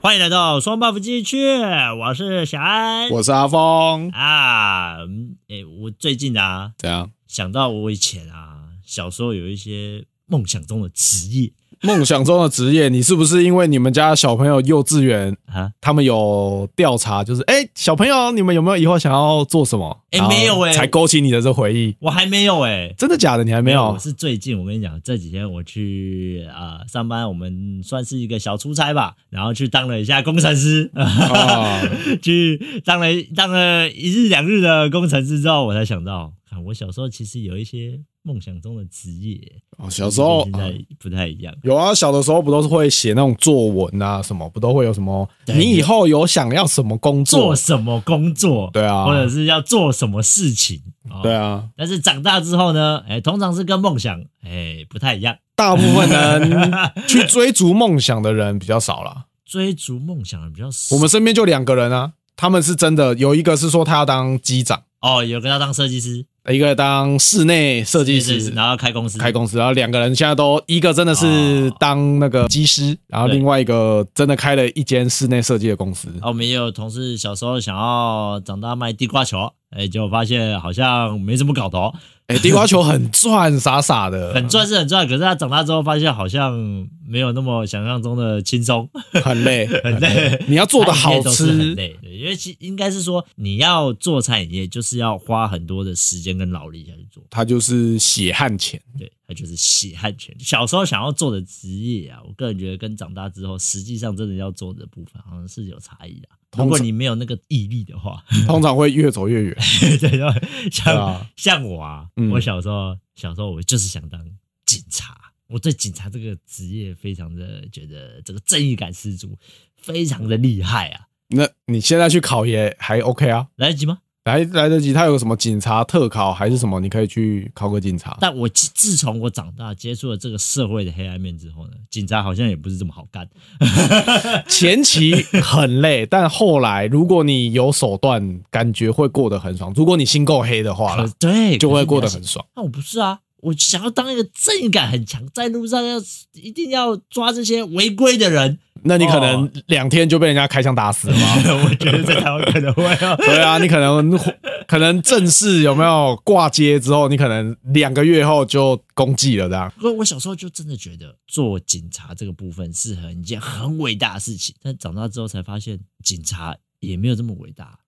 欢迎来到双 buff 继续，我是小安我是阿峰，啊。嗯诶、我最近啊，怎样？想到我以前啊，小时候有一些梦想中的职业梦想中的职业，你是不是因为你们家小朋友幼稚园，啊，他们有调查，就是哎、诶小朋友你们有没有以后想要做什么？诶然后哎没有诶欸才勾起你的这回忆，我还没有诶、真的假的？你还没有我？是最近我跟你讲，这几天我去啊、呃上班，我们算是一个小出差吧，然后去当了一下工程师，啊 去当了当了一日两日的工程师之后，我才想到，看我小时候其实有一些梦想中的职业，哦，小时候跟 现啊在不太一样。有啊，小的时候不都是会写那种作文啊，什么不都会有什么？对你以后有想要什么工做作？什么工作？对啊或者是要做什么事情？哦对啊，但是长大之后呢，哎，通常是跟梦想哎不太一样，大部 分人去追逐梦想的人比较少了。追逐梦想的比较少。我们身边就两个人啊，他们是真的有一个是说他要当机长，哦，有跟他当设计师，一个当室内设计设计师，然后开公司，开公司，然后两个人现在都一个真的是当那个机师，然后啊对另外一个真的开了一间室内设计的公司。啊，我们也有同事小时候想要长大卖地瓜球，哎，结果发现好像没什么搞头，哎，地瓜球很赚，傻傻 的，很赚是很赚，可是他长大之后发现好像没有那么想象中的轻松，很累， 很累。你 要做的餐饮好业都是很吃，累，对因为其应该是说你要做餐饮业，就是要花很多的时间跟劳力下去做，它就是血汗钱。对，它就是血汗钱。小时候想要做的职业啊，我个人觉得跟长大之后实际上真的要做的部分好像是有差异的。如通果常你没有那个毅力的话， 通常会越走越远。对，然后像、对啊像我啊，嗯我小时候小时候我就是想当警察，我对警察这个职业非常的觉得这个正义感十足，非常的厉害啊，那你现在去考也还 OK 啊，来得及吗？来来得及。他有什么警察特考还是什么？你可以去考个警察。但我自自从我长大接触了这个社会的黑暗面之后呢，警察好像也不是这么好干。前期很累，但后来如果你有手段，感觉会过得很爽。如果你心够黑的话啦可，对，就可是会你过要得想很。爽。那我不是啊，我想要当一个正义感很强，在路上要一定要抓这些违规的人。那你可哦能两天就被人家开枪打死了吧？ 我觉得在台湾可能会哦。 对啊，你可能可能正式有没有挂街之后，你可能两个月后就公祭了这样。因为我小时候就真的觉得做警察这个部分是很一件很伟大的事情，但长大之后才发现警察也没有这么伟大，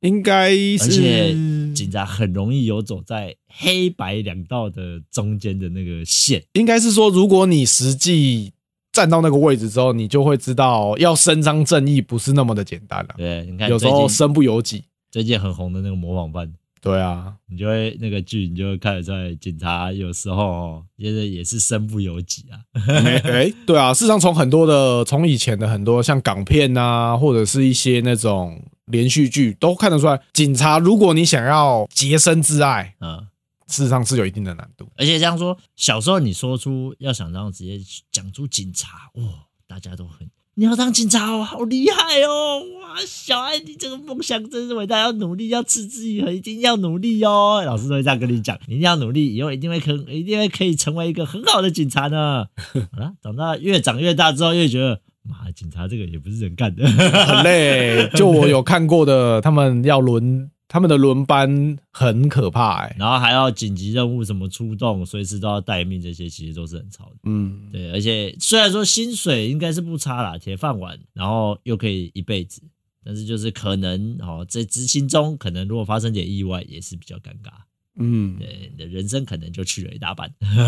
应该而且警是察很容易游走在黑白两道的中间的那个线。应该是说，如果你实际站到那个位置之后，你就会知道要伸张正义不是那么的简单了、对，你看有时最候近身不由己。最近很红的那个模仿犯，对啊，你就会那个剧，你就会看得出来，警察有时候哦，也是也是身不由己啊。没 哎、对啊，事实上从很多的从以前的很多像港片啊，或者是一些那种连续剧都看得出来，警察如果你想要洁身自爱，嗯，事实上是有一定的难度。而且这样说，小时候你说出要想当职业，讲出警察，哇、大家都很。你要当警察哦，好厉害哦！哇，小爱，你这个梦想真是伟大，要努力，要持之以恒，一定要努力哦。老师都会这样跟你讲，你一定要努力，以后一定会可，一定会可以成为一个很好的警察呢。好啦，长大越长越大之后，越觉得，妈，警察这个也不是人干的， 很累。就我有看过的，他们要轮他们的轮班很可怕、欸。然后还要紧急任务什么出动，随时都要待命，这些其实都是很吵的。嗯，对，而且虽然说薪水应该是不差啦，铁饭碗，然后又可以一辈子，但是就是可能哦，在执行中可能如果发生点意外，也是比较尴尬。嗯，对，你的人生可能就去了一大半，哦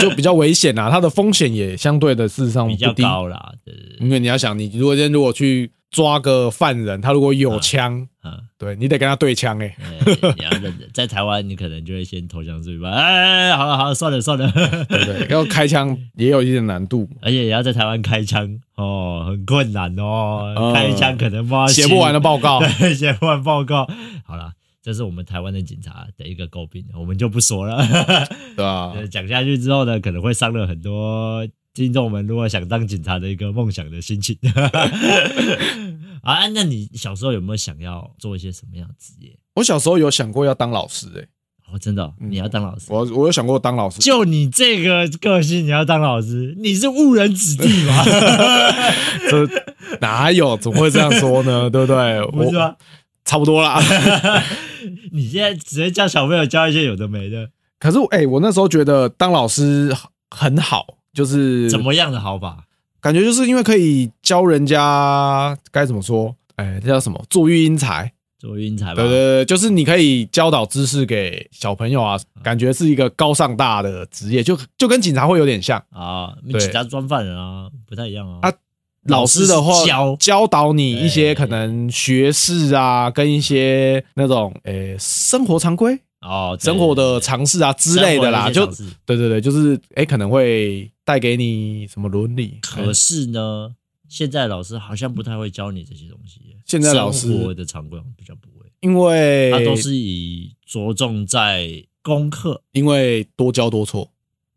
就比较危险啊，它的风险也相对的事实上比较不低，高啦。对对对，因为你要想，你如果今天如果去抓个犯人，他如果有枪，啊、对你得跟他对枪哎、欸对你要认真。在台湾，你可能就会先投降自己吧。哎，好了好了，算了算 了。对不对？ 要开枪也有一点难度，而且也要在台湾开枪哦，很困难哦，嗯开枪可能不知道写不完的报告。对，写不完报告。好啦，这是我们台湾的警察的一个诟病，我们就不说 了。对啊，呃讲下去之后呢，可能会伤了很多听众们，如果想当警察的一个梦想的心情。 啊，那你小时候有没有想要做一些什么样的职业？我小时候有想过要当老师、欸，哦，真的哦、你要当老师？我我有想过当老师，就你这个个性，你要当老师，你是误人子弟吗？这哪有？怎么会这样说呢？ 对不对？不是 我吗？ 差不多啦。 你现在直接教小朋友教一些有的没的，可是我，哎、我那时候觉得当老师很好，就是怎么样的好法？感觉就是因为可以教人家该怎么说，哎、这叫什么？坐育英才，做晕才吧对对，对，就是你可以教导知识给小朋友啊，嗯感觉是一个高尚大的职业，就就跟警察会有点像。啊，对警察专犯人啊，不太一样啊。啊老师的话老师是教哎教导你一些对可能学识啊，跟一些那种诶、生活常规、哦，对生活的常识啊之类的啦，生活就的一些常识对对对，就是诶、可能会带给你什么伦理。可是呢，现在老师好像不太会教你这些东西耶。现在老师生活的常规好像比较不会，因为他都是以着重在功课，因为多教多错，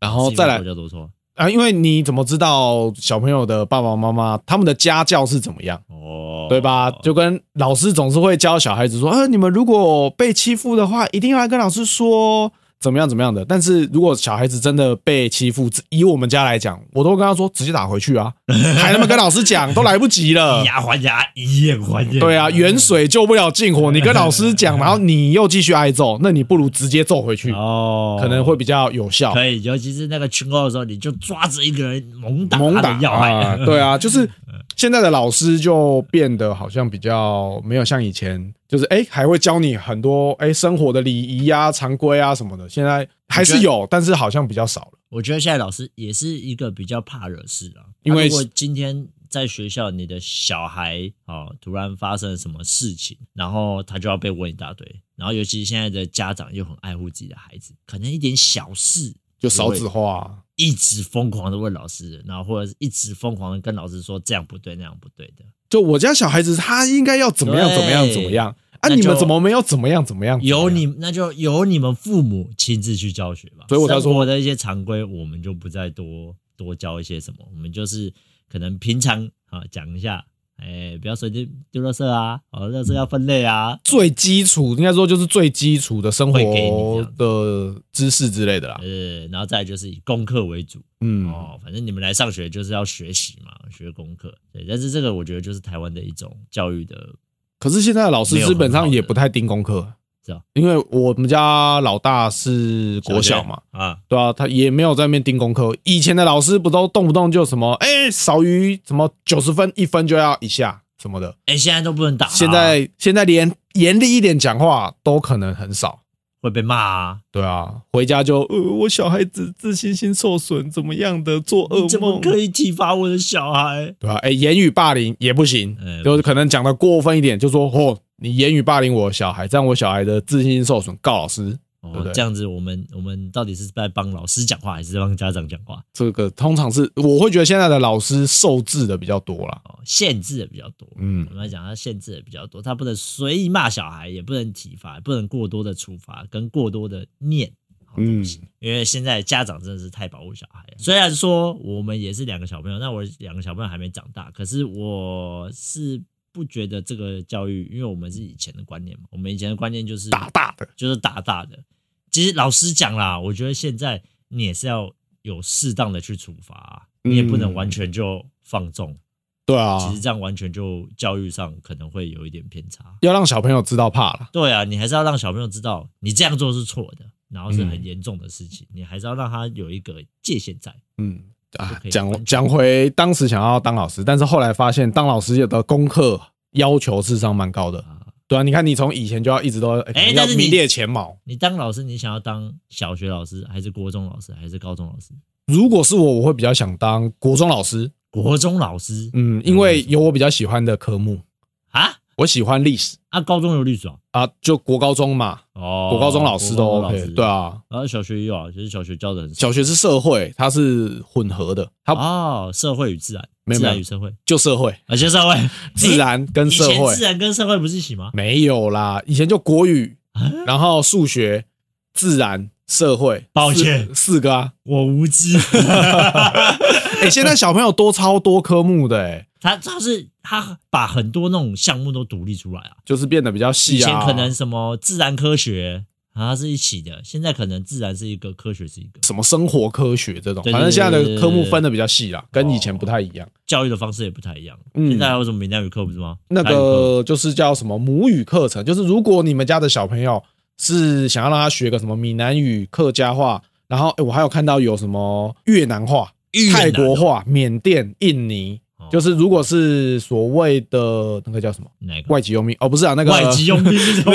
然后是因为哦再来多教多错啊，因为你怎么知道小朋友的爸爸妈妈他们的家教是怎么样？哦，对吧？就跟老师总是会教小孩子说，啊，你们如果被欺负的话，一定要来跟老师说怎么样怎么样的。但是如果小孩子真的被欺负，以我们家来讲，我都会跟他说直接打 回去啊，还他妈跟老师讲都来不及了以。牙还牙，以眼还眼。对啊，远水救不了近火，你跟老师讲，然后你又继续挨揍，那你不如直接揍回去，哦，可能会比较有效。可以，尤其是那个群殴的时候，你就抓着一个人猛打猛他打的要害。 啊，对啊，就是现在的老师就变得好像比较没有像以前，就是哎、诶还会教你很多哎、诶生活的礼仪啊、常规啊什么的，现在还是有，但是好像比较少了。我觉得现在老师也是一个比较怕惹事啊，因为啊如果今天在学校你的小孩哦突然发生了什么事情，然后他就要被问一大堆，然后尤其现在的家长又很爱护自己的孩子，可能一点小事就少子化，啊一直疯狂的问老师，然后或者是一直疯狂的跟老师说这样不对那样不对的，就我家小孩子他应该要怎么样对怎么样怎么样啊？那就你们怎么没有怎么样怎么样？由怎么样，你那就由你们父母亲自去教学吧。所以我才说生活的一些常规，我们就不再多多教一些什么，我们就是可能平常啊讲一下，哎、不要随地丢垃圾啊，哦，垃圾要分类啊，最基础应该说就是最基础的生会给你这活样的知识之类的啦。呃，然后再来就是以功课为主嗯，哦，反正你们来上学就是要学习嘛，学功课。对，但是这个我觉得就是台湾的一种教育的可是现在的老师没有基本很上好也的不太盯功课，是啊因为我们家老大是国小嘛，啊，对啊，他也没有在那边盯功课。以前的老师不都动不动就什么，哎、少于什么九十分一分就要一下什么的。哎、现在都不能打啊、现在现在连严厉一点讲话都可能很少。会被骂啊，对啊，回家就呃，我小孩子自信心受损，怎么样的做你噩怎么梦？可以体罚我的小孩？对啊，哎、言语霸凌也不行，呃就是可能讲的过分一点，就说哦，你言语霸凌我小孩，这样我小孩的自信心受损，告老师。对不哦对，这样子我们我们到底是在帮老师讲话，还是在帮家长讲话？这个通常是我会觉得现在的老师受制的比较多啦。哦，限制的比较多。嗯我，们来讲，他限制的比较多，他不能随意骂小孩，也不能体罚，不能过多的处罚跟过多的念。好嗯东西因为现在家长真的是太保护小孩了。虽然说我们也是两个小朋友，那我两个小朋友还没长大，可是我是不觉得这个教育，因为我们是以前的观念嘛，我们以前的观念就是打大的，就是打打的。其实老实讲啦，我觉得现在你也是要有适当的去处罚啊、嗯你也不能完全就放纵。对啊，其实这样完全就教育上可能会有一点偏差。要让小朋友知道怕啦。对啊，你还是要让小朋友知道你这样做是错的，然后是很嗯严重的事情，你还是要让他有一个界限在。嗯啊就可，以完讲全讲回当时想要当老师，但是后来发现当老师的功课要求智商蛮高的啊。对啊，你看你从以前就要一直都哎可能要但是你名列前茅。你当老师，你想要当小学老师，还是国中老师，还是高中老师？如果是我，我会比较想当国中老师。国中老师、嗯，因为有我比较喜欢的科目，啊我喜欢历史啊，高中有律所啊啊，就国高中嘛，哦，国高中老师都国高中 OK。对啊，然后小学也有啊，就是小学教的很少。小学是社会，它是混合的，它哦，社会与自然，没有自没有然与社会，就社会、而且社会 自然跟以社前会自然跟社会不是一起吗？没有啦，以前就国语，啊然后数学、自然、社会，抱歉四四个啊。我无知。哎，现在小朋友多超多科目的，哎， 他他是他把很多那种项目都独立出来啊，就是变得比较以细啊。前可能什么自然科学啊它是一起的。现在可能自然是一个，科学是一个，什么生活科学这种，对对反正现在对对对哦的科目分的比较细啦，跟以前不太一样。教育的方式也不太一样。嗯现在还有什么闽南语课不是吗？那台语课个就是叫什么母语课程，就是如果你们家的小朋友是想要让他学个什么闽南语、客家话，然后、诶哎我还有看到有什么越南话、越南泰哦国话、缅甸、印尼，哦就是如果是所谓的那个叫什么哪个外籍佣兵哦，不是啊，那个外籍佣兵是 什么？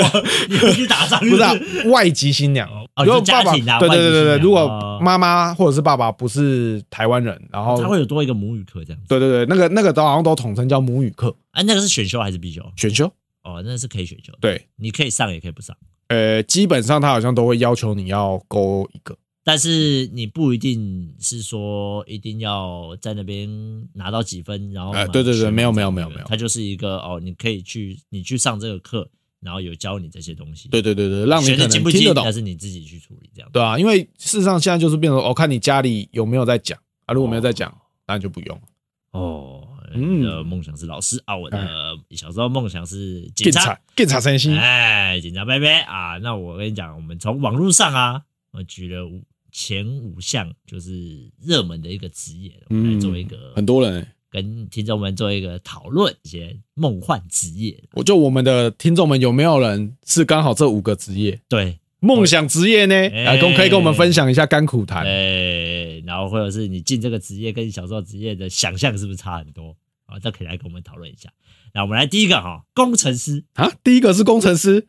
你要去打仗不是啊，外籍新娘。 哦，如就果是爸家爸庭啊，对对外籍对对对，信仰如果哦妈妈或者是爸爸不是台湾人，然后他会有多一个母语课这样子。对对对，那个那个都好像都统称叫母语课哎，那个是选修还是必修？选修。哦，那是可以选修的，对，你可以上也可以不上，呃，基本上他好像都会要求你要勾一个。但是你不一定是说一定要在那边拿到几分，然后哎马对对对学满没有这没有样没有对没有它就是一个哦，你可以去你去上这个课，然后有教你这些东西，对对对对，让你学可的能精不听精得，懂但，是你自己去处理这样。对啊，因为事实上现在就是变成哦，看你家里有没有在讲啊，如果没有在讲，那就不用了。哦，嗯哎你的梦想是老师啊，我的小时候梦想是警警察察，，警察三星，哎，警察伯伯啊，那我跟你讲，我们从网络上啊，我举了五前五项就是热门的一个职业，我们来做一个、很多人欸，跟听众们做一个讨论，一些梦幻职业。我就我们的听众们有没有人是刚好这五个职业？对，梦想职业呢？来，跟可以跟我们分享一下甘苦谈。哎，然后或者是你进这个职业跟你小时候职业的想象是不是差很多啊？这可以来跟我们讨论一下。那我们来第一个哈，工程师，啊，第一个是工程师，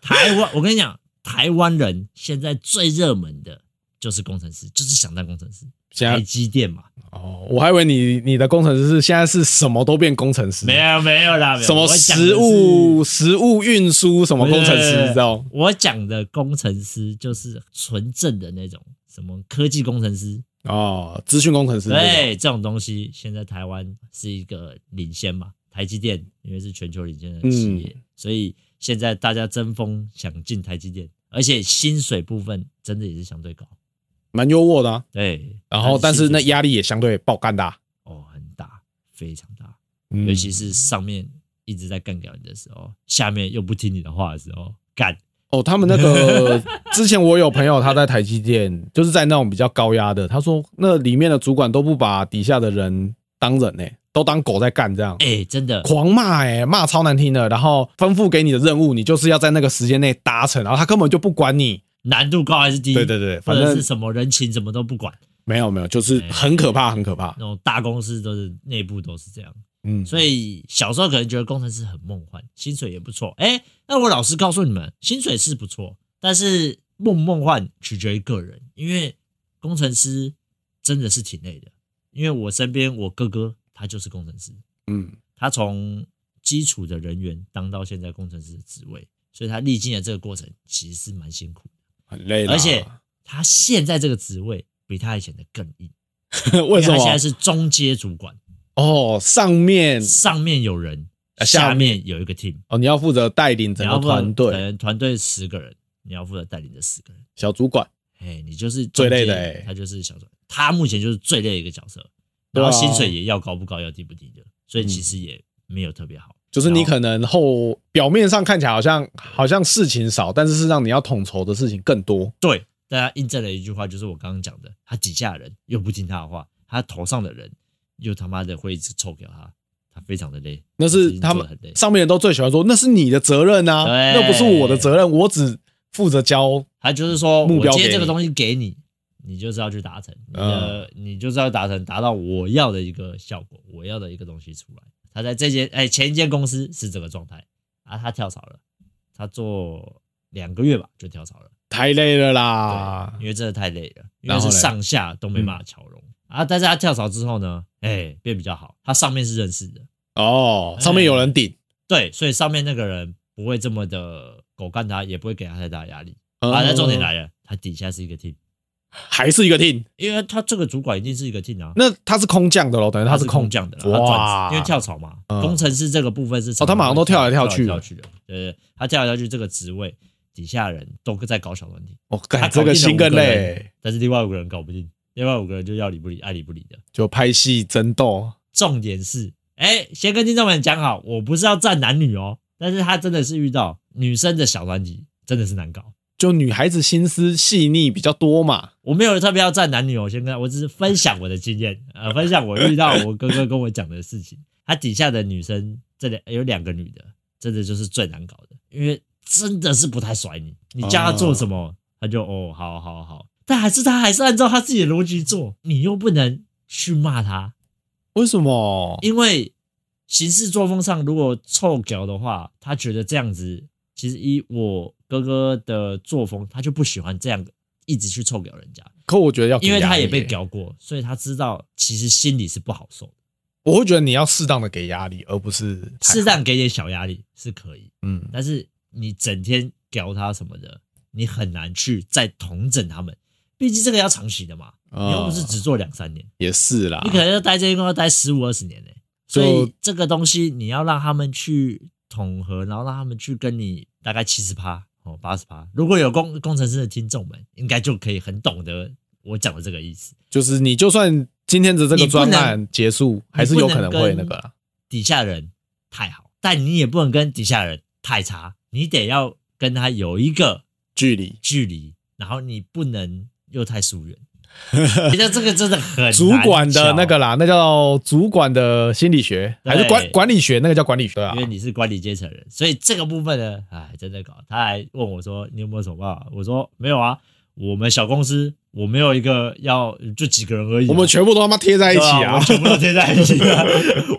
台湾，我跟你讲，台湾人现在最热门的就是工程师，就是想当工程师，现台在积电嘛。哦，我还以为你你的工程师是现在是什么都变工程师，没有没有啦，没有什么我讲的食是物食物运输什么工程对对师，对知道吗？我讲的工程师就是纯正的那种，什么科技工程师，哦，资讯工程师，，对这种东西，现在台湾是一个领先嘛，台积电因为是全球领先的企业，嗯所以现在大家争锋想进台积电，而且薪水部分真的也是相对高，蛮优渥的、啊。对，然后，但薪水是那压力也相对爆干大，哦很大，非常大，嗯尤其是上面一直在干掉你的时候，下面又不听你的话的时候，干哦，他们那个 之前我有朋友他在台积电，就是在那种比较高压的，他说那里面的主管都不把底下的人当人呢、欸都当狗在干这样。哎、真的狂骂哎、骂超难听的，然后吩咐给你的任务，你就是要在那个时间内达成，然后他根本就不管你。难度高还是低？对对对，或反者正是什么人情什么都不管，没有没有，就是很可怕，很可怕那。种大公司都是内部都是这样。嗯，所以小时候可能觉得工程师很梦幻，薪水也不错。哎，那我老实告诉你们，薪水是不错，但是梦不梦幻取决于个人，因为工程师真的是挺累的。因为我身边我哥哥他就是工程师，嗯，他从基础的人员当到现在工程师的职位，所以他历经了这个过程，其实是蛮辛苦的。很累啦。而且他现在这个职位比他以前的更硬， 为因为什他么现在是中阶主管，哦，上面上面有人，呃下下面有一个 team。哦，你要负责带领你整要个负责团可队，能团队十个人，你要负责带领这十个人。小主管，哎，你就是最累的中间哎他就是小转，他目前就是最累的一个角色，对然啊嗯后薪水也要高不高，要低不低的，所以其实也没有特别好。就是你然后可能后表面上看起来好像好像事情少，但是事实上你要统筹的事情更多。对，大家印证了一句话，就是我刚刚讲的，他底下的人又不听他的话，他头上的人又他妈的会一直臭给他，他非常的累，那已是经他做得们很累。上面人都最喜欢说那是你的责任啊，对那不是我的责任，我只负责教。他就是说，目我标今天这给个你嗯东西给你，你就是要去达成，你的、你就是要达成达到我要的一个效果，我要的一个东西出来。他在这间哎前一间公司是这个状态啊，他跳槽了，他做两个月吧就跳槽了，太累了对，啦，因为真的太累了，因啊然为后是嘞嗯上下都没办法调融、啊。但是他跳槽之后呢，哎变比较好，他上面是认识的，哦，哎上面有人顶，对，所以上面那个人不会这么的狗干他，也不会给他太大压力。啊，啊那重点来了，他底下是一个 team。还是一个 team，因为他这个主管一定是一个 team 啊，那他是空降的喽，等于他是空空降的啦，他转哇，嗯职因为跳槽嘛，工程师这个部分是哦他们好像都跳来跳跳去跳来去的，对，对他跳来跳去这个职位底下人都在搞小团体，哦，他干搞定这个心更了五个累人，，但是另外五个人搞不定，另外五个人就要理不理，爱理不理的。就拍戏争斗，重点是，哎，先跟听众们讲好，我不是要站男女哦，但是他真的是遇到女生的小团体真的是难搞，就女孩子心思细腻比较多嘛。我没有特别要站男女哦，我先跟我只是分享我的经验，呃，分享我遇到我哥哥跟我讲的事情。他底下的女生，这两有两个女的，真的就是最难搞的，因为真的是不太甩你，你叫他做什么，他就哦，好好好，但还是他还是按照他自己的逻辑做，你又不能去骂他，为什么？因为行事作风上，如果臭脚的话，他觉得这样子，其实以我哥哥的作风，他就不喜欢这样一直去臭脚人家，可我觉得要给因为哦压他力也被耶，屌过，所以他知道其实心里是不好受的。我会觉得你要适当的给压力，而不是太适当给点小压力是可以，嗯但是你整天屌他什么的，你很难去再统整他们，毕竟这个要长期的嘛，你又不是啊只做两三年，也是啦你。可能要待这一工要待十五二十年呢、就所以这个东西你要让他们去统合，然后让他们去跟你大概七十趴哦八十趴。如果有工工程师的听众们，应该就可以很懂得我讲的这个意思。就是你就算今天的这你个不专能案结束，还是有可能会那个啦。底下人太好，但你也不能跟底下人太差，你得要跟他有一个距离。距离，然后你不能又太疏 远。你像这个真的很难主管的那个教，啦，那叫主管的心理学，对还是管管理学？那个叫管理学对啊因。为你是管理阶层人，所以这个部分呢，哎，真的搞。他还问我说：“你有没有什么办法？”我说：“没有啊，我们小公司我没有一个要就几个人而已啊、我们全部都他妈贴在一起对啊，我啊们！全部都贴在一起、啊，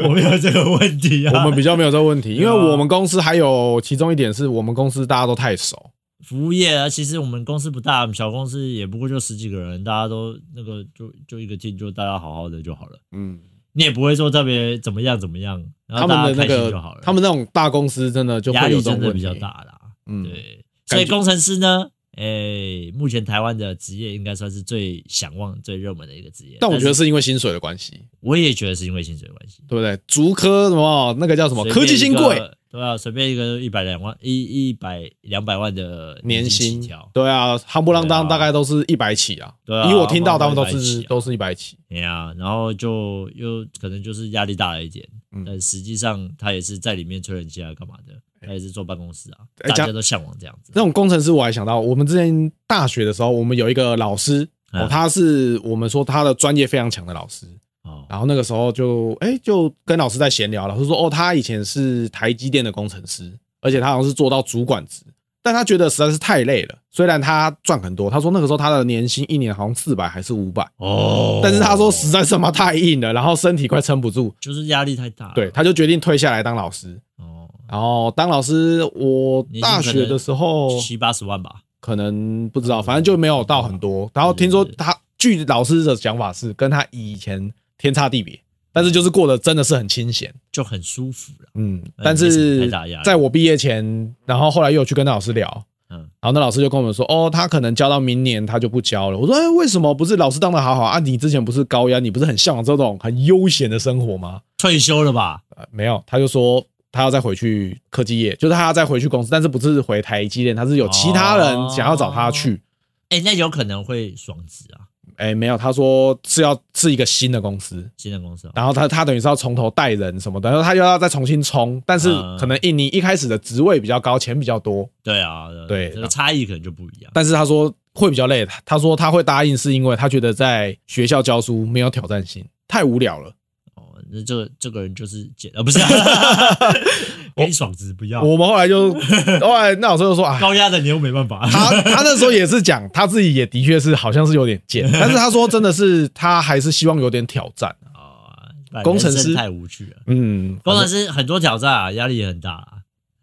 我没有这个问题 啊。我们比较没有这个问题，因为对啊我们公司还有其中一点是我们公司大家都太熟，服务业啊，其实我们公司不大，我们小公司也不过就十几个人，大家都那个就就一个劲，就大家好好的就好了。嗯，你也不会说特别怎么样怎么样，然他后们大的家那开心就好个了。他们那种大公司真的就压会有力这真种的问比较题，大啦。嗯，对，感觉所以工程师呢，诶、目前台湾的职业应该算是最想望、最热门的一个职业。但我觉得是是因为薪水的关系，我也觉得是因为薪水的关系，对不对？竹科什么那个叫什么随便科技新一贵个，对啊，随便一个一百两万、一一百两百万的年薪薪起跳，对啊，夯不啷当对啊大概都是一百起啊，对啊以我听到他们都夯不啷当100是起啊都是一百起，哎呀、然后就又可能就是压力大了一点，嗯但实际上他也是在里面吹人气啊，干嘛的？他也是坐办公室啊，哎大讲家都向往这样子。那种工程师，我还想到我们之前大学的时候，我们有一个老师，嗯哦，他是我们说他的专业非常强的老师。哦，然后那个时候就哎、就跟老师在闲聊，老师说哦，他以前是台积电的工程师，而且他好像是做到主管职，但他觉得实在是太累了。虽然他赚很多，他说那个时候他的年薪一年好像四百还是五百，哦但是他说实在是他妈太硬了，然后身体快撑不住，就是压力太大了。对，他就决定退下来当老师。哦，然后当老师，我年薪大可学能的时候七八十万吧，可能不知道，反正就没有到很多。然后听说他，据老师的讲法是跟他以前天差地别，但是就是过得真的是很清闲。就很舒服了。嗯，那但也没什么是太大压力在我毕业前，然后后来又有去跟那老师聊，嗯，然后那老师就跟我们说，哦，他可能教到明年他就不教了。我说，哎，为什么不是？老师当的好好啊，你之前不是高压，你不是很向往这种很悠闲的生活吗？退休了吧？呃，没有，他就说他要再回去科技业，就是他要再回去公司，但是不是回台积电，他是有其他哦人想要找他去。哎、那有可能会爽职啊，哎，没有，他说是要是一个新的公司，新的公司、哦。然后他他等于是要从头带人什么的，然后他又要再重新冲，但是嗯可能印尼一开始的职位比较高，钱比较多，对啊，对这个差异可能就不一样。但是他说会比较累，他说他会答应是因为他觉得在学校教书没有挑战性，太无聊了。哦，那这个这个人就是简， 呃，不是、啊， 给你爽职不要，我们后来 就后来那老师就说啊。高压的你又没办法。他他那时候也是讲，他自己也的确是好像是有点贱， 但是他说真的是他还是希望有点挑战。啊，不然工程人生师太无趣了。嗯，工程师很多挑战啊，压力也很大啊。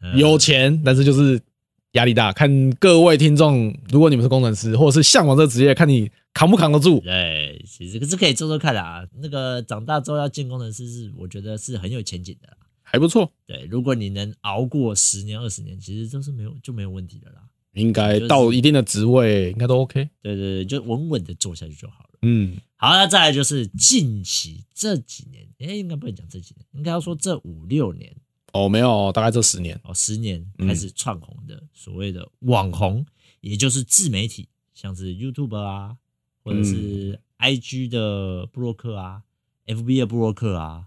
嗯有钱，但是就是压力大。看各位听众，如果你们是工程师，或者是向往这个职业，看你扛不扛得住。对，其实可是可以做做看的啊。那个长大之后要进工程师是，我觉得是很有前景的啦。还不错，对，如果你能熬过十年二十年，其实都是没有就没有问题的啦。应该就是到一定的职位，应该都 OK。对对对，就稳稳的做下去就好了。嗯，好，那再来就是近期这几年，哎，应该不能讲这几年，应该要说这五六年哦，没有，大概这十年，哦，十年嗯开始窜红的、所谓的网红，也就是自媒体，像是 YouTube 啊，或者是 IG 的布洛克啊、f b 的布洛克啊，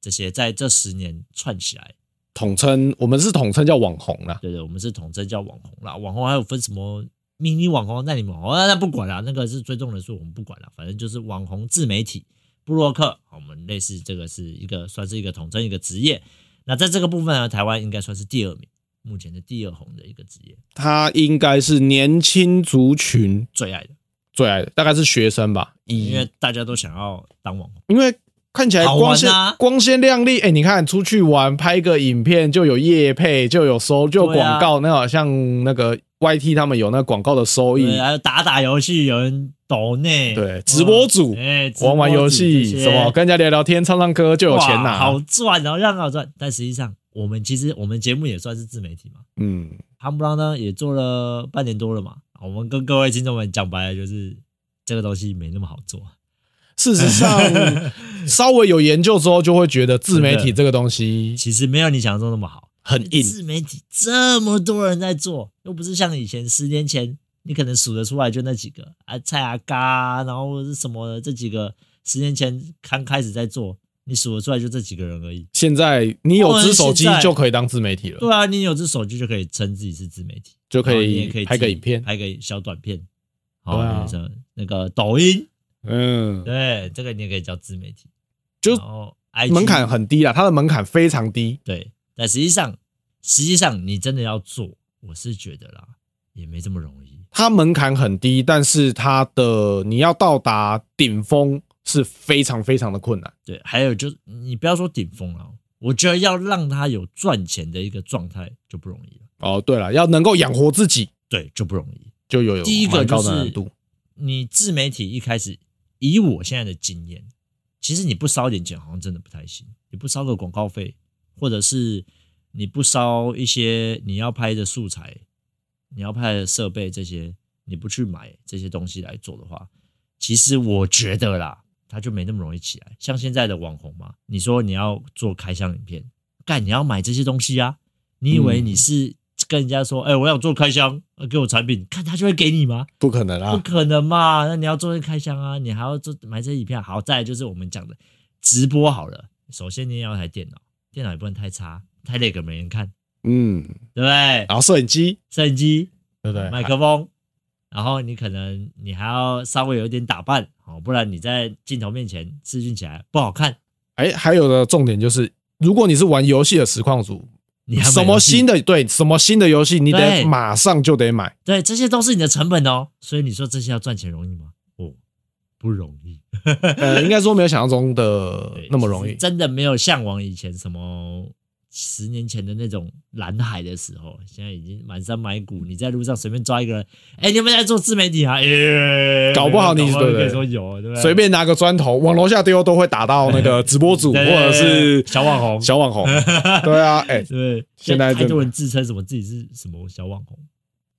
这些在这十年串起来，统称，我们是统称叫网红啦。对对，我们是统称叫网红啦，网红还有分什么迷你网红、那你网红，啊那不管啦，那个是追踪人数，我们不管啦，反正就是网红自媒体、布洛克，好我们类似这个是一个算是一个统称一个职业。那在这个部分呢，台湾应该算是第二名，目前是第二红的一个职业，他应该是年轻族群最爱的，最爱的，大概是学生吧。以因为大家都想要当网红。因为看起来好玩光鲜、啊光鲜亮丽，哎、你看出去玩拍个影片就有业配，就有收，就有对啊广告，那好像那个 YT 他们有那个广告的收益对，，啊还有打打游戏，有人抖内，对直播主嗯哎、直播玩玩游戏主这些什么，跟人家聊聊天、唱唱歌就有钱哇拿好。赚哦，让好赚。但实际上，我们其实我们节目也算是自媒体嘛，嗯，夯不啷当也做了半年多了嘛。我们跟各位听众们讲白了，就是这个东西没那么好做。事 实上，稍微有研究之后，就会觉得自媒体这个东西其实没有你想象中那么好，很硬。自媒体这么多人在做，又不是像以前十年前，你可能数得出来就那几个啊，蔡阿嘎啊，然后是什么的这几个，十年前刚开始在做，你数得出来就这几个人而已。现在你有只手机我们现在就可以当自媒体了，对啊，你有只手机就可以称自己是自媒体，就可然后你也以可以拍个自己影片。拍个小短片，好，对啊这那个抖音，嗯，对，啊这个你也可以叫自媒体，就然后 IG 门槛很低啦，它的门槛非常低。对，但实际上，实际上你真的要做，我是觉得啦，也没这么容易。它门槛很低，但是它的你要到达顶峰是非常非常的困难。对，还有就是你不要说顶峰了，我觉得要让他有赚钱的一个状态就不容易了，哦，对了，要能够养活自己对，就不容易。就有有第一个蛮就高的是难度。你自媒体一开始，以我现在的经验，其实你不烧点钱好像真的不太行，你不烧个广告费，或者是你不烧一些你要拍的素材、你要拍的设备这些，你不去买这些东西来做的话，其实我觉得啦，它就没那么容易起来。像现在的网红嘛，你说你要做开箱影片，干你要买这些东西啊，你以为你是跟人家说，哎、我想做开箱，呃给我产品，看他就会给你吗？不可能不啊！可能嘛？那你要做开箱啊，你还要做买这些影片。好，再来就是我们讲的直播好了。首先你也要一台电脑，电脑也不能太差，太累个没人看，嗯，对不对？然后摄影机，摄影机、对不对？麦克风，然后你可能你还要稍微有一点打扮，哦，不然你在镜头面前视讯起来不好看。哎，还有的重点就是，如果你是玩游戏的实况组，你还买什么游戏新的对什么新的游戏，你得对马上就得买。对，这些都是你的成本哦。所以你说这些要赚钱容易吗？哦，不容易。呃，应该说没有想象中的对那么容其易实。真的没有向往以前什么十年前的那种蓝海的时候，现在已经满山埋谷，你在路上随便抓一个人，哎、你有没有在做自媒体啊？哎搞不好你搞不好对不可以对说有，对不对？随便拿个砖头往楼下丢，都会打到那个直播主 或对对对者是小网红小网红。 对啊，哎、对，现在太真的多人自称什么自己是什么小网红，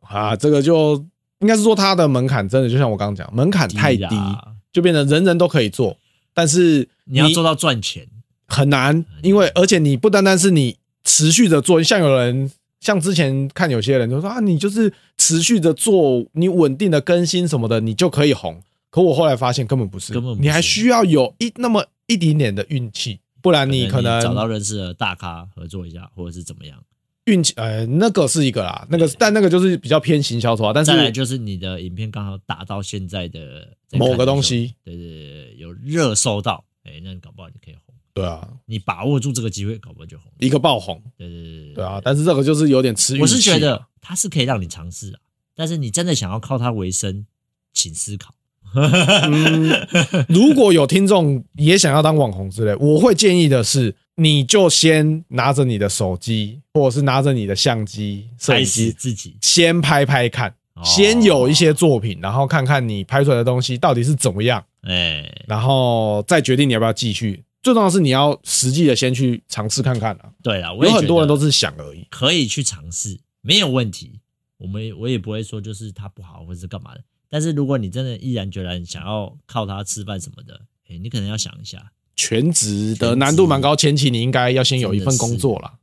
啊，这个就应该是说它的门槛真的就像我刚刚讲，门槛太啊低，啦就变成人人都可以做，但是你要做到赚钱，很难，因为而且你不单单是你持续的做，像有人像之前看有些人就说啊，你就是持续的做，你稳定的更新什么的，你就可以红。可我后来发现根本不是，根本不是你还需要有一那么一点点的运气，不然你找可能到认识的大咖合作一下，或者是怎么样。运气呃那个是一个啦，那个但那个就是比较偏行销手法，但再来是就是你的影片刚好打到现在的在某看个的东时候西，对对对，对有热搜到，哎，那你搞不好你可以红，对啊，你把握住这个机会，搞不好就红了。一个爆红，对对对对对啊，，但是这个就是有点吃运气。我是觉得它是可以让你尝试啊，但是你真的想要靠它为生，请思考。 嗯， 如果有听众也想要当网红之类，我会建议的是，你就先拿着你的手机，或者是拿着你的相机、摄开影始机，自己先拍拍看，哦先有一些作品，然后看看你拍出来的东西到底是怎么样，哎，然后再决定你要不要继续。最重要的是你要实际的先去尝试看看啊，对了，我有也很多人觉得都是想而已。可以去尝试，没有问题。我们也我也不会说就是它不好或者是干嘛的。但是如果你真的毅然决然想要靠它吃饭什么的，哎，你可能要想一下，全职的难度蛮高，前期你应该要先有一份工作啦。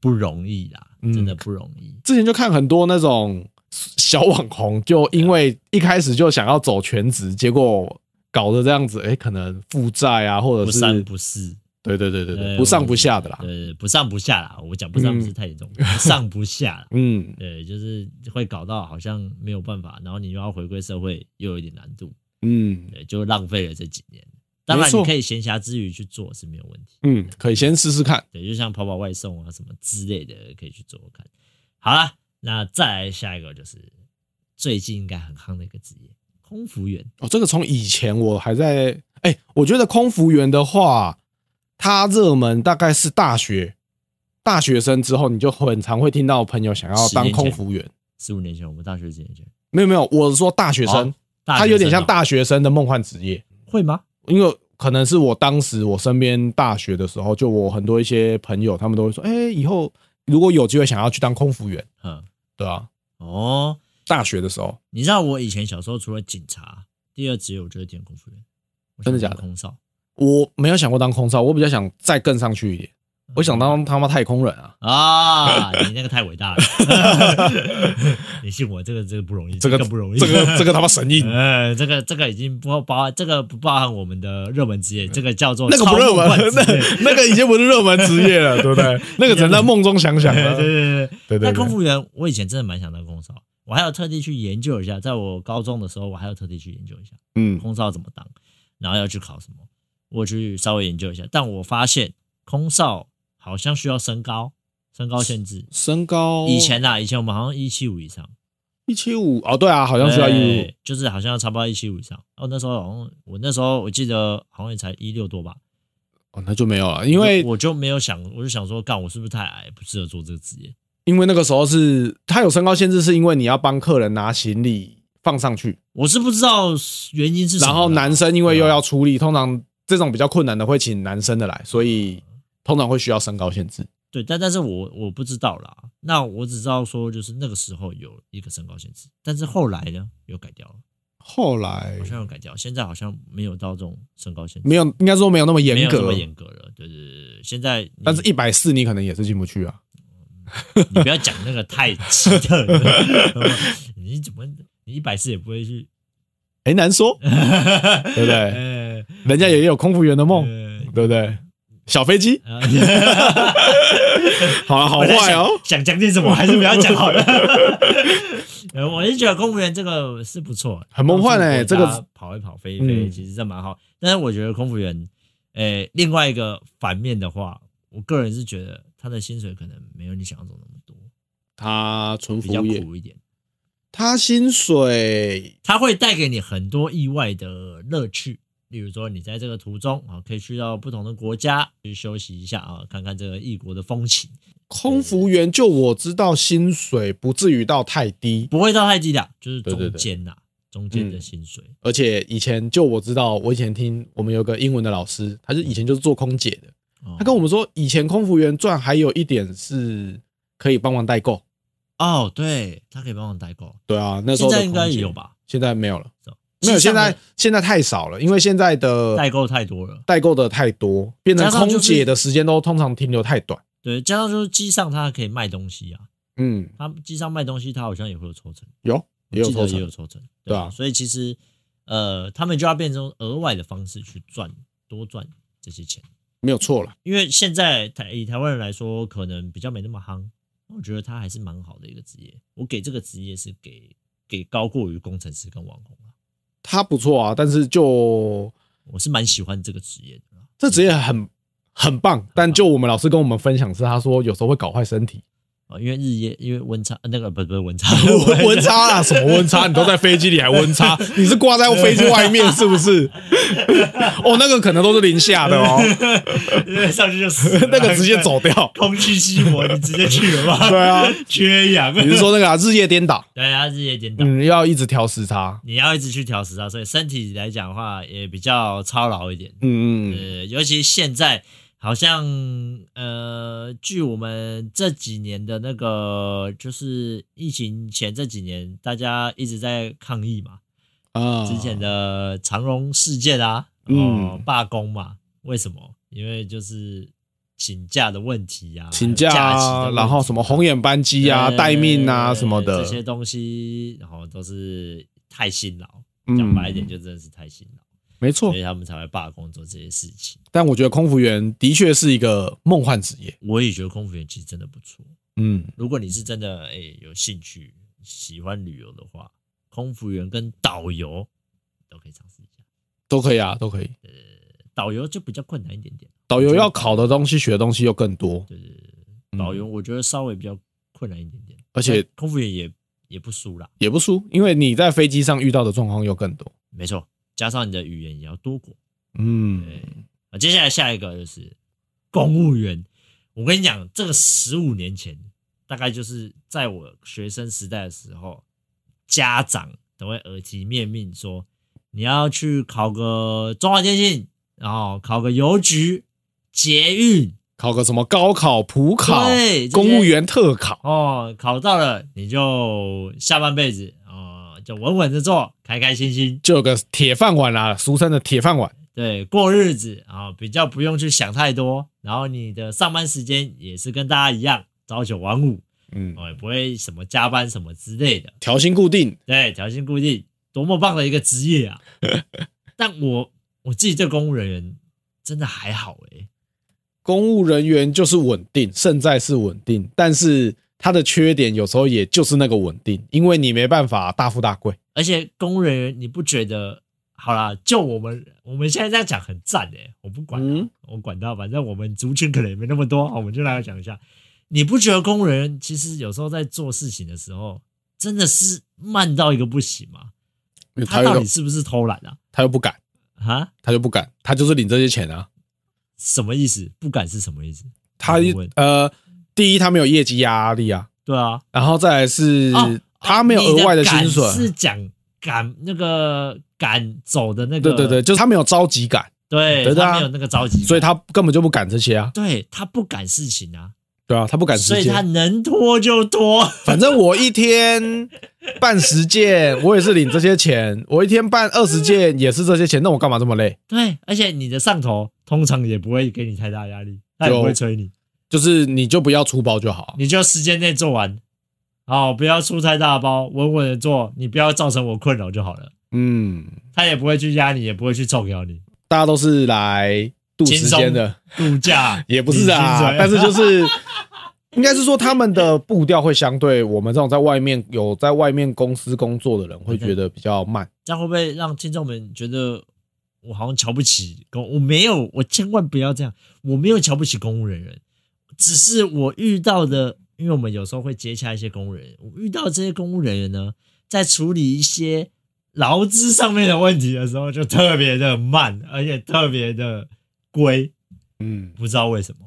不容易啦，嗯真的不容易。之前就看很多那种小网红，就因为一开始就想要走全职，结果搞得这样子，哎、可能负债啊，或者不是三不四，对对对对对，对不上不下的啦。。呃，不上不下啦，我讲不上不是太严重，不上不下啦嗯，对，就是会搞到好像没有办法，然后你又要回归社会，又有一点难度，嗯对，就浪费了这几年。当然，没错你可以闲暇之余去做是没有问题，嗯，可以先试试看。对，就像跑跑外送啊什么之类的，可以去做做看。好啦，那再来下一个就是最近应该很夯的一个职业——空服员。哦，这个从以前我还在，哎、我觉得空服员的话，它热门大概是大学大学生之后，你就很常会听到朋友想要10当年前空服员。十五年前，我们大学几年前，没有没有，我是说大学生，哦大学他有点像生哦大学生的梦幻职业，会吗？因为可能是我当时我身边大学的时候，就我很多一些朋友，他们都会说，哎、以后如果有机会想要去当空服员，嗯，对啊，哦，大学的时候，你知道我以前小时候除了警察，第二职业我就是当空服员，我想真的假的当空少我没有想过当空少，我比较想再更上去一点，我想当他妈太空人 啊，啊！你那个太伟大 了，你信我，这个这个不容易，这个个不容易，这个这个他妈神 印，呃，这个这个已经不包，这个不包含我们的热门职业，这个叫做那个不热门 超梦，那幻职业那个已经不是热门职业了，对不 对？那个只能在梦中想啊想对了。对对对对对那空服员，我以前真的蛮想当空少，我还有特地去研究一下，在我高中的时候，我还有特地去研究一下嗯，空少怎么当，然后要去考什么，我去稍微研究一下。但我发现空少好像需要身高，身高限制。身高以前啊啦，以前我们好像一七五以上，一七五哦，对啊，好像需要一五对，就是好像差不多一七五以上。哦，那时候好像我那时候我记得好像也才一六多吧，哦，那就没有了，因为我就没有想，我就想说，干我是不是太矮，不适合做这个职业？因为那个时候是他有身高限制，是因为你要帮客人拿行李放上去，我是不知道原因是什么然啦。后男生因为又要出力，通常这种比较困难的会请男生的来，所以通常会需要身高限制。对，但但是我我不知道啦。那我只知道说，就是那个时候有一个身高限制，但是后来呢，有改掉了，后来好像有改掉，现在好像没有到这种身高限制，没有，应该说没有那么没严有这格嗯么，严格了。对对对对，现在你但是一百四你可能也是进不去啊。你不要讲那个太奇特了，你怎么你一百次也不会去， 哎哎，难说，对 不对对？人家也有空服员的梦，呃对不对？小飞机，啊好了，好我在坏想哦。想讲点什么，还是不要讲好了。呃我是觉得公务员这个是不错，很梦幻欸到处国家这跑一跑、飞一飞，嗯其实这蛮好。但是我觉得空服员，呃，另外一个反面的话，我个人是觉得他的薪水可能没有你想象中那么多，他纯比较，苦一点。他薪水它会带给你很多意外的乐趣。例如说，你在这个途中啊，可以去到不同的国家去休息一下啊，看看这个异国的风情，空服员就我知道薪水不至于到太低，不会到太低的，就是对对中对间呐、啊中间的嗯薪水。而且以前就我知道，我以前听我们有个英文的老师，他是以前就是做空姐的，哦他跟我们说，以前空服员赚还有一点是可以帮忙代购，哦，对，他可以帮我代购，对啊，那时现候的在应该空姐也有？吧？现在没有了，是吧没有，其实像现在呃现在太少了，因为现在的代购太多了，代购的太多，变成加上空就是姐的时间都通常停留太短。对，加上就是机上它可以卖东西啊，嗯，它机上卖东西，它好像也会有抽成，有也有我记抽得也成有，抽成，对啊所以其实呃，他们就要变成额外的方式去赚，多赚这些钱。没有错了。因为现在台以台湾人来说，可能比较没那么夯，我觉得他还是蛮好的一个职业。我给这个职业是给给高过于工程师跟网红啊，他不错啊，但是就我是蛮喜欢这个职业的啦。这职业很很棒，但就我们老师跟我们分享是，他说有时候会搞坏身体，啊，因为日夜因为温差，呃那个不不是 温差，温温差啦，什么温差？你都在飞机里还 温差？你是挂在飞机外面是不是？哦，那个可能都是零下的 哦，上去就死 那 个直接走掉。空气稀薄，你直接去了吧？对啊，缺氧。你是说那个啊，日夜颠倒？ 对啊，日夜颠倒，嗯，要一直调时差。你要一直去调时啊差，所以身体来讲的话也比较操劳一点。嗯嗯，呃，尤其现在好像呃，据我们这几年的那个，就是疫情前这几年，大家一直在抗议嘛，啊之前的长荣事件啊，哦嗯，罢工嘛，为什么？因为就是请假的问题啊，请假假期的啊，问题然后什么红眼班机啊、呃待命啊什么的这，些东西，然后都是太辛劳，嗯哦讲白一点，就真的是太辛劳。没错所。以他们才会罢工做这些事情。但我觉得空服员的确是一个梦幻职业。我也觉得空服员其实真的不错。嗯，如果你是真的哎、有兴趣、喜欢旅游的话，空服员跟导游都可以尝试一下。都可以啊，都可以。导游就比较困难一点点，导游要考的东西、学的东西又更多，嗯对对对对，导游我觉得稍微比较困难一点点，而且但空服员也也不输啦，也不输，因为你在飞机上遇到的状况又更多。没错，加上你的语言也要多过。嗯，啊，接下来下一个就是公务员。我跟你讲，这个十五年前，大概就是在我学生时代的时候，家长都会耳提面命说，你要去考个中华电信，然后考个邮局、捷运，考个什么高考、普考对、这些公务员特考，哦，考到了你就下半辈子哦，就稳稳的做，开开心心，就有个铁饭碗啦、俗称的铁饭碗。对，过日子啊、比较不用去想太多，然后你的上班时间也是跟大家一样，朝九晚五，嗯，哦，也不会什么加班什么之类的，调薪固定，对，调薪固定，多么棒的一个职业啊！但我我自己对公务人员真的还好哎诶、公务人员就是稳定，胜在是稳定，但是它的缺点有时候也就是那个稳定，因为你没办法大富大贵。而且公务人员你不觉得？好啦，就我们我们现在这样讲很赞诶、我不管、啊嗯 我管到，反正我们族群可能也没那么多，好我们就来讲一下。你不觉得公务人员其实有时候在做事情的时候，真的是慢到一个不行吗？因为他他到又底是不是偷懒啊？他又不敢，啊，他就不敢，他就是领这些钱啊。什么意思？不敢是什么意思？他我问呃，第一他没有业绩压力啊，对啊，然后再来是、哦他没有额外你的薪水，敢是讲赶那个赶走的那个，对对对，就是他没有着急感，对，对的啊他没有那个着急感，所以他根本就不敢这些啊，对他不赶事情啊，对啊，他不敢所直以接他。能拖就拖。反正我一天办十件，我也是领这些钱，我一天办二十件也是这些钱，那我干嘛这么累？对，而且你的上头通常也不会给你太大压力，他也不会催你，就是你就不要出包就好。你就时间内做完，好，不要出太大包，稳稳的做，你不要造成我困扰就好了。嗯，他也不会去压你，也不会去臭咬你，大家都是来度时间的，度 假也不是领薪啊水，但是就是应该是说他们的步调会相对我们这种在外面有在外面公司工作的人会觉得比较慢。这样会不会让听众们觉得我好像瞧不起公？我没有，我千万不要这样，我没有瞧不起公务人员，只是我遇到的，因为我们有时候会接洽一些公务人员，我遇到这些公务人员呢，在处理一些劳资上面的问题的时候，就特别的慢，而且特别的龟，嗯，不知道为什么，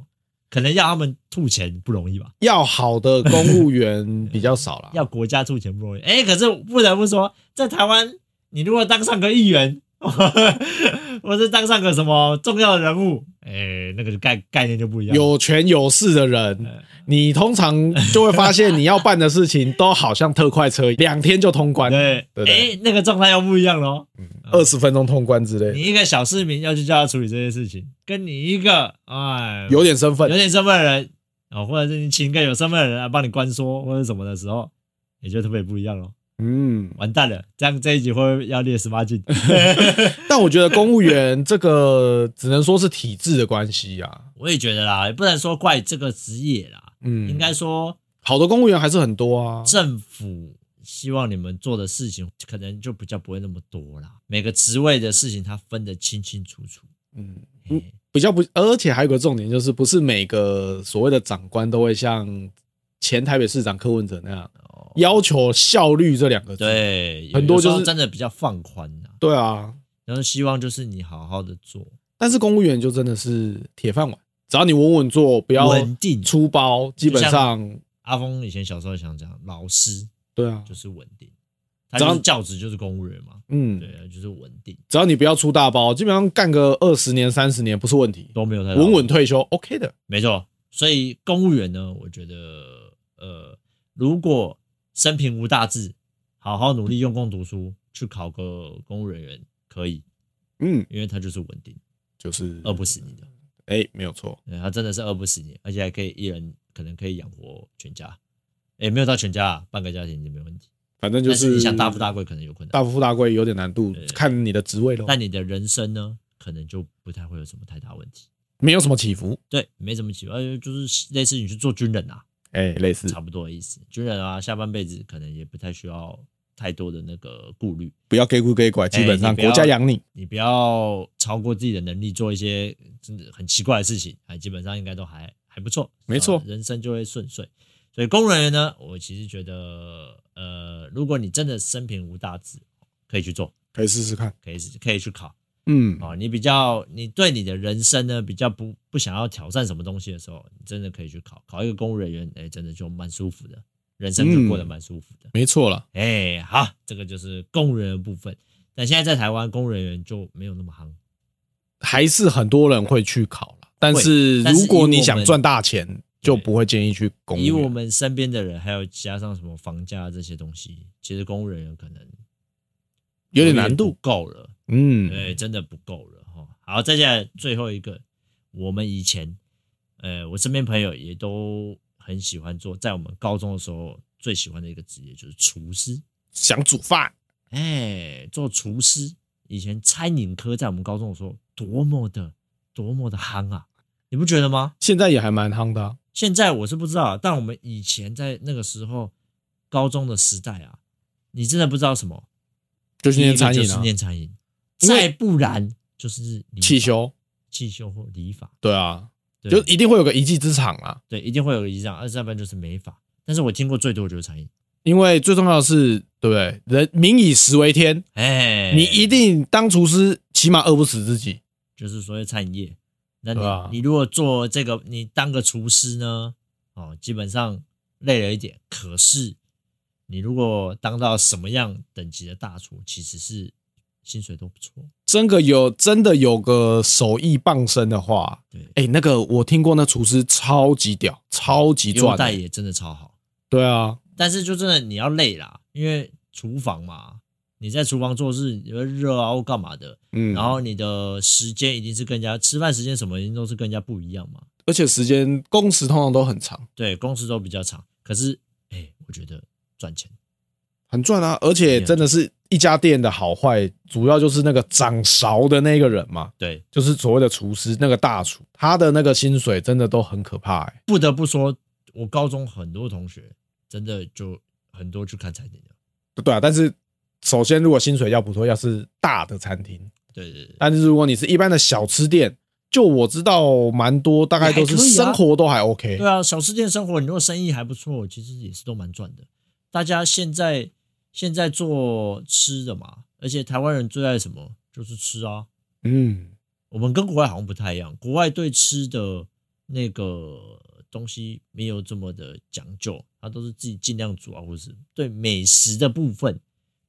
可能要他们吐钱不容易吧。。要好的公务员比较少啦要国家出钱不容易。哎、可是不得不说，在台湾，你如果当上个议员， 或是当上个什么重要的人物，哎、那个就概概念就不一样。有权有势的嗯人，你通常就会发现你要办的事情都好像特快车，两天就通关，对，对哎、不对那个状态又不一样喽。二十分钟通关之类你的，一个小市民要去叫他处理这些事情，跟你一个哎有点身份有。点身份的人哦，或者是你请一个有身份的人来帮你关说或者什么的时候，也就特别不一样喽。嗯，完蛋了，这样这一集会不会要列十八禁？ 但我觉得公务员这个只能说是体制的关系啊。我也觉得啦，也不能说怪这个职业啦，嗯，应该说好的公务员还是很多啊。政府希望你们做的事情，可能就比较不会那么多啦。每个职位的事情，它分得清清楚楚。嗯，嘿比较不，而且还有一个重点就是，不是每个所谓的长官都会像前台北市长柯文哲那样哦要求效率这两个字。对，很多有时候就是真的比较放宽啦。对啊，然后希望就是你好好的做，但是公务员就真的是铁饭碗，只要你稳稳做，不要稳定。出包，基本上阿峰以前小时候想讲，老师对啊就，是稳定，他就只是要教职就是公务员嘛，嗯，对啊，就是稳定，只要你不要出大包，基本上干个二十年、三十年不是问题，都没有太大稳稳退休 OK 的。没错，所以公务员呢，我觉得，呃，如果生平无大志，好好努力用功读书，去考个公务人员可以，嗯，因为他就是稳定，就是饿不死你的，哎，没有错，对他真的是饿不死你，而且还可以一人可能可以养活全家，也没有到全家啊，半个家庭就没问题。反正就但是是你想大富大贵可能有困难，大富大贵有点难度对，看你的职位咯，那你的人生呢，可能就不太会有什么太大问题。没有什么起伏，对，没什么奇怪，呃就是类似你去做军人啊，哎，类似差不多的意思。军人啊，下半辈子可能也不太需要太多的那个顾虑，不要给顾给拐，基本哎上你不要国家养你，你不要超过自己的能力做一些真的很奇怪的事情，哎，基本上应该都还还不错，没错啊人生就会顺遂。所以公务人员呢，我其实觉得，呃，如果你真的生平无大志，可以去做，可以试试看。可以是可以去考嗯，啊、哦。你比较，你对你的人生呢比较不不想要挑战什么东西的时候，你真的可以去考，考一个公务人员，哎，真的就蛮舒服的，人生就过得嗯蛮舒服的。没错了，哎，好，这个就是公务人员的部分。但现在在台湾，公务人员就没有那么夯。还是很多人会去考了，但是但是如果以你我想们赚大钱，就不会建议去公务以我员。们身边的人，还有加上什么房价这些东西，其实公务人员可能有点难度不够了，嗯，对，真的不够了哈。好，再下来最后一个，我们以前，呃，我身边朋友也都很喜欢做，在我们高中的时候最喜欢的一个职业就是厨师，想煮饭，哎，做厨师。以前餐饮科在我们高中的时候多么的多么的夯啊，你不觉得吗？现在也还蛮夯的啊、现在我是不知道啊，但我们以前在那个时候高中的时代啊，你真的不知道什么，就是第一念个餐饮就是啊，念餐饮，因为再不然就是理汽法、修，汽修或理法，对啊，对就一定会有个一技之长啊啦。对，一定会有个一样，二再不然就是美法。但是我听过最多就是餐饮，因为最重要的是，对不对？人民以食为天，哎，你一定当厨师，起码饿不死自己。就是所谓餐饮业。那你、对啊你如果做这个，你当个厨师呢，哦，基本上累了一点。可是你如果当到什么样等级的大厨，其实是薪水都不错。真个有真的有个手艺傍身的话，对，哎，那个我听过，那厨师超级屌，超级优赚欸待的。也真的超好，对啊，但是就真的你要累啦，因为厨房嘛，你在厨房做事你会热啊或干嘛的，嗯，然后你的时间一定是更加吃饭时间什么一定都是更加不一样嘛。而且时间工时通常都很长，对，工时都比较长，可是哎、我觉得赚钱很赚啊。而且真的是一家店的好坏，主要就是那个掌勺的那个人嘛，对，就是所谓的厨师那个大厨，他的那个薪水真的都很可怕、欸。不得不说，我高中很多同学真的就很多去看餐厅的，对啊，但是首先如果薪水要不错，要是大的餐厅，对对对，但是如果你是一般的小吃店，就我知道蛮多，大概都是也还可以啊生活都还 OK。对啊，小吃店生活，你如果生意还不错，其实也是都蛮赚的。大家现在现在做吃的嘛，而且台湾人最爱什么就是吃啊。嗯，我们跟国外好像不太一样，国外对吃的那个东西没有这么的讲究，他都是自己尽量煮啊，或者是对美食的部分，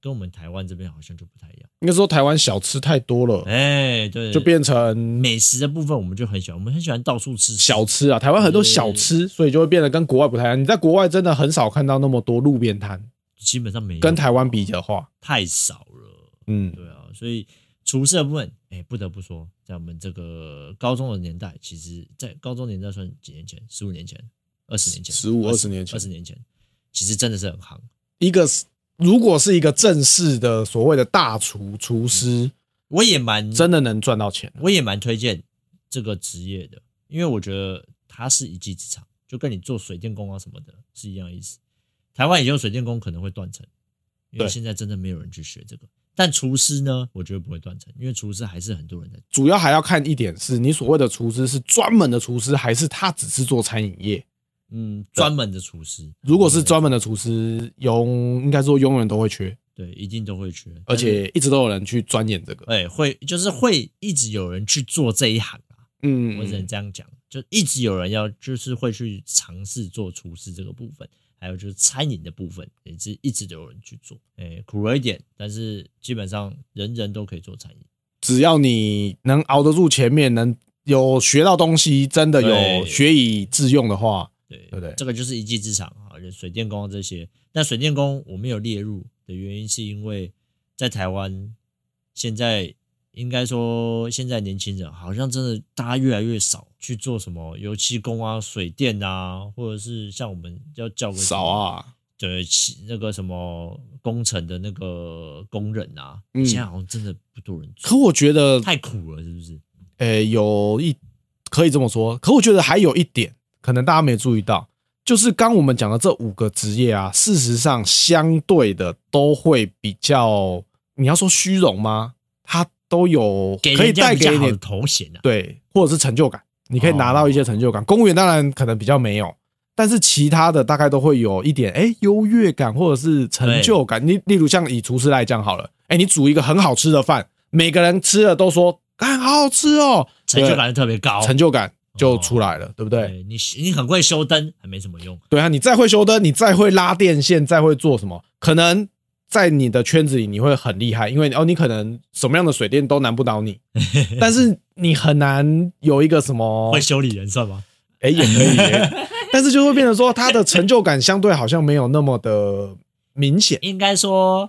跟我们台湾这边好像就不太一样。应该说台湾小吃太多了，哎，对，就变成美食的部分，我们就很喜欢，我们很喜欢到处吃小吃啊。台湾很多小嗯吃，所以就会变得跟国外不太一样。你在国外真的很少看到那么多路边摊，基本上没有跟台湾比的话，太少了。嗯，对啊，所以厨师的部分，哎、不得不说，在我们这个高中的年代，其实，在高中年代算几年前，十五年前、二十年前、 15 20年前二十年前，其实真的是很行。一个是如果是一个正式的所谓的大厨厨师，我也蛮真的能赚到钱。我也蛮推荐这个职业的，因为我觉得它是一技之长，就跟你做水电工啊什么的是一样意思。台湾以后水电工可能会断层，因为对现在真的没有人去学这个。但厨师呢，我觉得不会断层，因为厨师还是很多人在。主要还要看一点是你所谓的厨师是专门的厨师，还是他只是做餐饮业？嗯，专门的厨师，如果是专门的厨师，永应该说永远都会缺，对，一定都会缺，而但是且一直都有人去钻研这个。哎、会就是会一直有人去做这一行啊，嗯我只能这样讲，就一直有人要就是会去尝试做厨师这个部分，还有就是餐饮的部分也是一直都有人去做，哎、苦了一点，但是基本上人人都可以做餐饮，只要你能熬得住前面，能有学到东西，真的有对学以致用的话，对对不对这个就是一技之长啊，水电工这些，但水电工我没有列入的原因是因为在台湾现在。应该说，现在年轻人好像真的大家越来越少去做什么油漆工啊、水电啊，或者是像我们要叫个什么少啊，对其那个什么工程的那个工人啊，嗯现在好像真的不多人做，可我觉得，太苦了，是不是？呃，有一可以这么说，可我觉得还有一点，可能大家没注意到，就是刚我们讲的这五个职业啊，事实上相对的都会比较，你要说虚荣吗？它都有给可以人家带比给较好你的头衔啊，对，或者是成就感，你可以拿哦到一些成就感。公务员当然可能比较没有，但是其他的大概都会有一点哎优越感或者是成就感。你例如像以厨师来讲好了，哎，你煮一个很好吃的饭，每个人吃了都说哎好好吃哦，成就感就特别高。成就感就出来了，对不对？对你，你很会修灯，还没什么用。对啊，你再会修灯，你再会拉电线，再会做什么，可能。在你的圈子里，你会很厉害，因为哦，你可能什么样的水电都难不 倒你，但是你很难有一个什么会修理人算吗？哎、也可 以耶，但是就会变成说他的成就感相对好像没有那么的明显。应该说，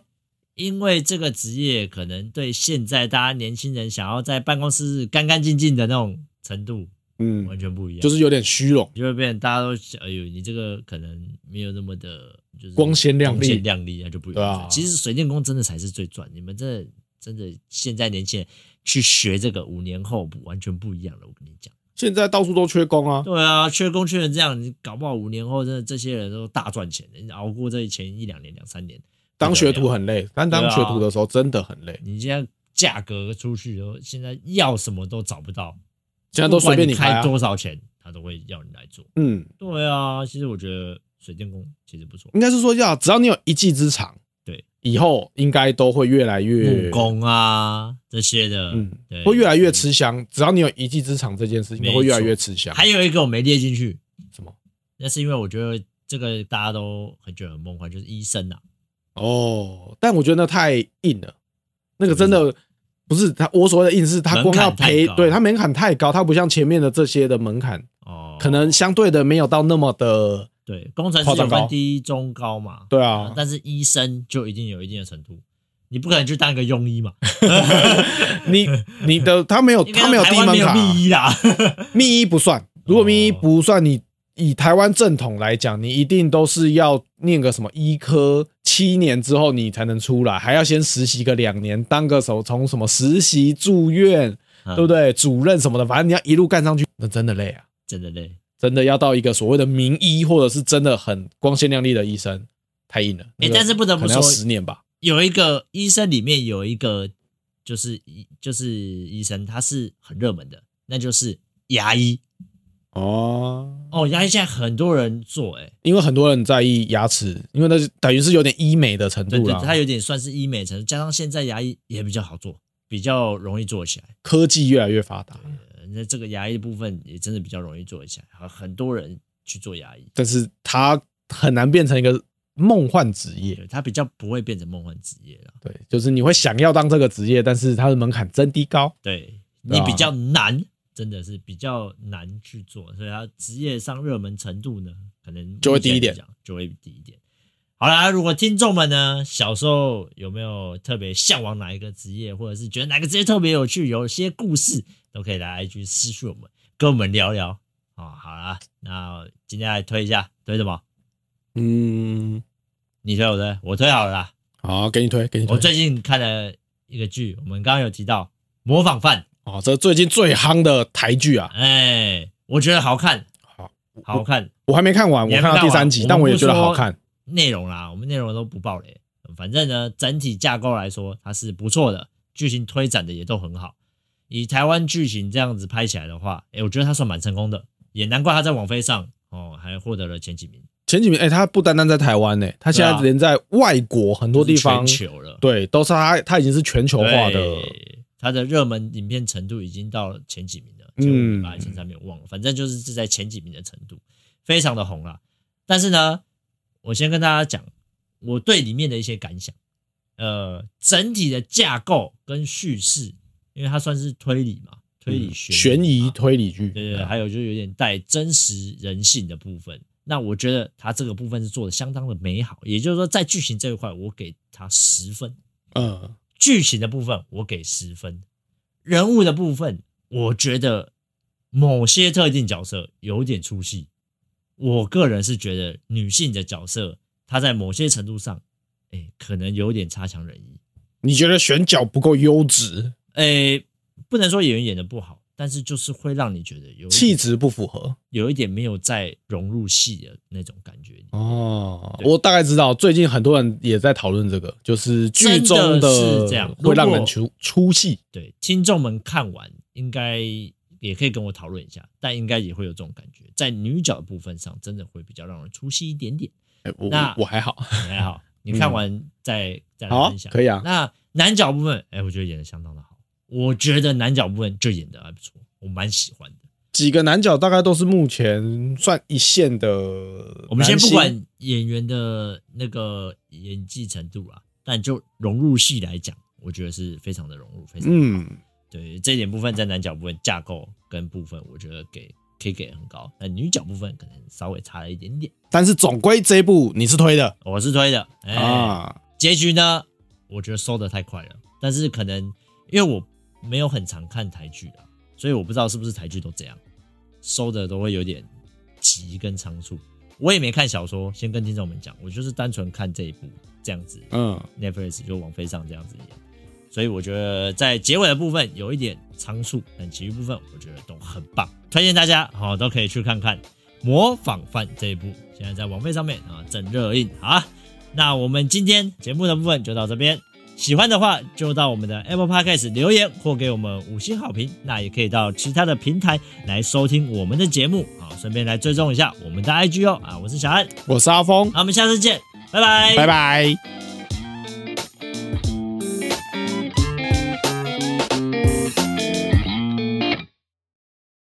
因为这个职业可能对现在大家年轻人想要在办公室干干净净的那种程度嗯，完全不一样，就是有点虚荣。就会变成大家都想哎呦，你这个可能没有那么的，就是光鲜亮丽光鲜亮丽那就不一样。对啊其实水电工真的才是最赚，你们真的真的现在年轻人去学这个，五年后不完全不一样了。我跟你讲，现在到处都缺工啊，对啊，缺工缺成这样，你搞不好五年后真的这些人都大赚钱，你熬过这前一两年、两三年，当学徒很累，但当对啊学徒的时候真的很累。你现在价格出去后，现在要什么都找不到，现在都随便不你管你开开啊。多少钱，他都会要你来做。嗯，对啊，其实我觉得水电工其实不错，应该是说要只要你有一技之长，对，以后应该都会越来越木，工啊这些的，嗯对，会越来越。吃香。只要你有一技之长，这件事没情错会越来越吃香。还有一个我没列进去，什么？那是因为我觉得这个大家都很觉得很梦幻，就是医生啊，哦，但我觉得那太硬了，那个真的不是他。我所谓的硬是，他光要门槛太赔高，对他门槛太高，他不像前面的这些的门槛，哦，可能相对的没有到那么的，对工程夸师张有高分低、中、高嘛，对 啊。但是医生就一定有一定的程度，你不可能去当一个庸 医嘛，你你的他没有因为他没有台低湾门没有槛啊，密医啦， 密医不算。如果密医不哦算，你以台湾正统来讲，你一定都是要念个什么医科七年之后你才能出来，还要先实习个两年，当个手从什么实习住院，对不对？对？主任什么的，反正你要一路干上去，那真的累啊。真的累。真的要到一个所谓的名医，或者是真的很光鲜亮丽的医生，太硬了。哎、但是不得可不能说要，十年吧。有一个医生里面有一个就是医就是医生，他是很热门的，那就是牙医哦，哦，牙医现在很多人做、欸，哎，因为很多人在意牙齿，因为那是等于是有点医美的程对度对，啦，他有点算是医美成，加上现在牙医也比较好做，比较容易做起来。科技越来越发达，呃那这个牙医的部分也真的比较容易做起来，很很多人去做牙医，但是它很难变成一个梦幻职业。对他比较不会变成梦幻职业了。对，就是你会想要当这个职业，但是它的门槛真低高。对对你啊比较难，真的是比较难去做，所以他职业上热门程度呢，可能就会低一点目前来讲，就会低一点。好啦，如果听众们呢，小时候有没有特别向往哪一个职业，或者是觉得哪个职业特别有趣，有些故事都可以来 IG 私讯我们，跟我们聊聊哦。好啦，那今天来推一下，推什么？嗯，你推我推，我推好了啦。好，给你推，给你我推。最近看了一个剧，我们刚刚有提到《模仿犯》，哦，这最近最夯的台剧啊，哎，我觉得好看，好，好看我还没看完，我你还看没到第三集，看完但我也觉我得们好不说看。内容啦，我们内容都不爆雷。反正呢，整体架构来说，它是不错的，剧情推展的也都很好。以台湾剧情这样子拍起来的话，哎，我觉得它算蛮成功的，也难怪它在网飞上哦还获得了前几名，前几名，哎、他不单单在台湾呢、欸，他现对在啊连在外国很多地方，就是全球了，对，都是他，他已经是全球化的，嗯对它的热门影片程度已经到了前几名了，嗯前五名吧，还是前三名忘了，反正就是是在前几名的程度，非常的红啦。但是呢，我先跟大家讲我对里面的一些感想。呃，整体的架构跟叙事，因为它算是推理嘛，推理悬嗯悬疑嗯嘛推理剧，对对对，还有就有点带真实人性的部分。那我觉得它这个部分是做的相当的美好，也就是说，在剧情这一块，我给它十分。嗯，剧情的部分我给十分，人物的部分我觉得某些特定角色有点出戏。我个人是觉得女性的角色他在某些程度上，哎、可能有点差强人意。你觉得选角不够优质，哎、不能说演员演的不好，但是就是会让你觉得有一气点质不符合有一点没有在融入戏的那种感觉里。哦。对我大概知道，最近很多人也在讨论这个，就是剧中真的是这样会让人如出出戏。对，听众们看完应该也可以跟我讨论一下，但应该也会有这种感觉，在女角的部分上，真的会比较让人出戏一点点。哎我那我还好，你还好，你看完再、再嗯好来啊分享。可以啊。那男角部分，哎、我觉得演的相当的好，我觉得男角部分就演的还不错，我蛮喜欢的。几个男角大概都是目前算一线的。我们先不管演员的那个演技程度啦，但就融入戏来讲，我觉得是非常的融入，非常、嗯，对这一点部分在男角部分架构跟部分，我觉得给可以给很高，但女角部分可能稍微差了一点点。但是总归这一部你是推的我是推的，哎、啊，结局呢，我觉得收的太快了，但是可能因为我没有很常看台剧啊，所以我不知道是不是台剧都这样，收的都会有点急跟仓促。我也没看小说，先跟听众们讲，我就是单纯看这一部这样子嗯， ，Netflix 就王菲上这样子演，所以我觉得在结尾的部分有一点仓促，但其余部分我觉得都很棒，推荐大家好、都可以去看看《模仿犯》这一部，现在在网飞上面啊正热映好啊。那我们今天节目的部分就到这边，喜欢的话就到我们的 Apple Podcast 留言或给我们五星好评，那也可以到其他的平台来收听我们的节目好，顺便来追踪一下我们的 IG 哦啊，我是小安，我是阿峰，那我们下次见，拜拜，拜。拜。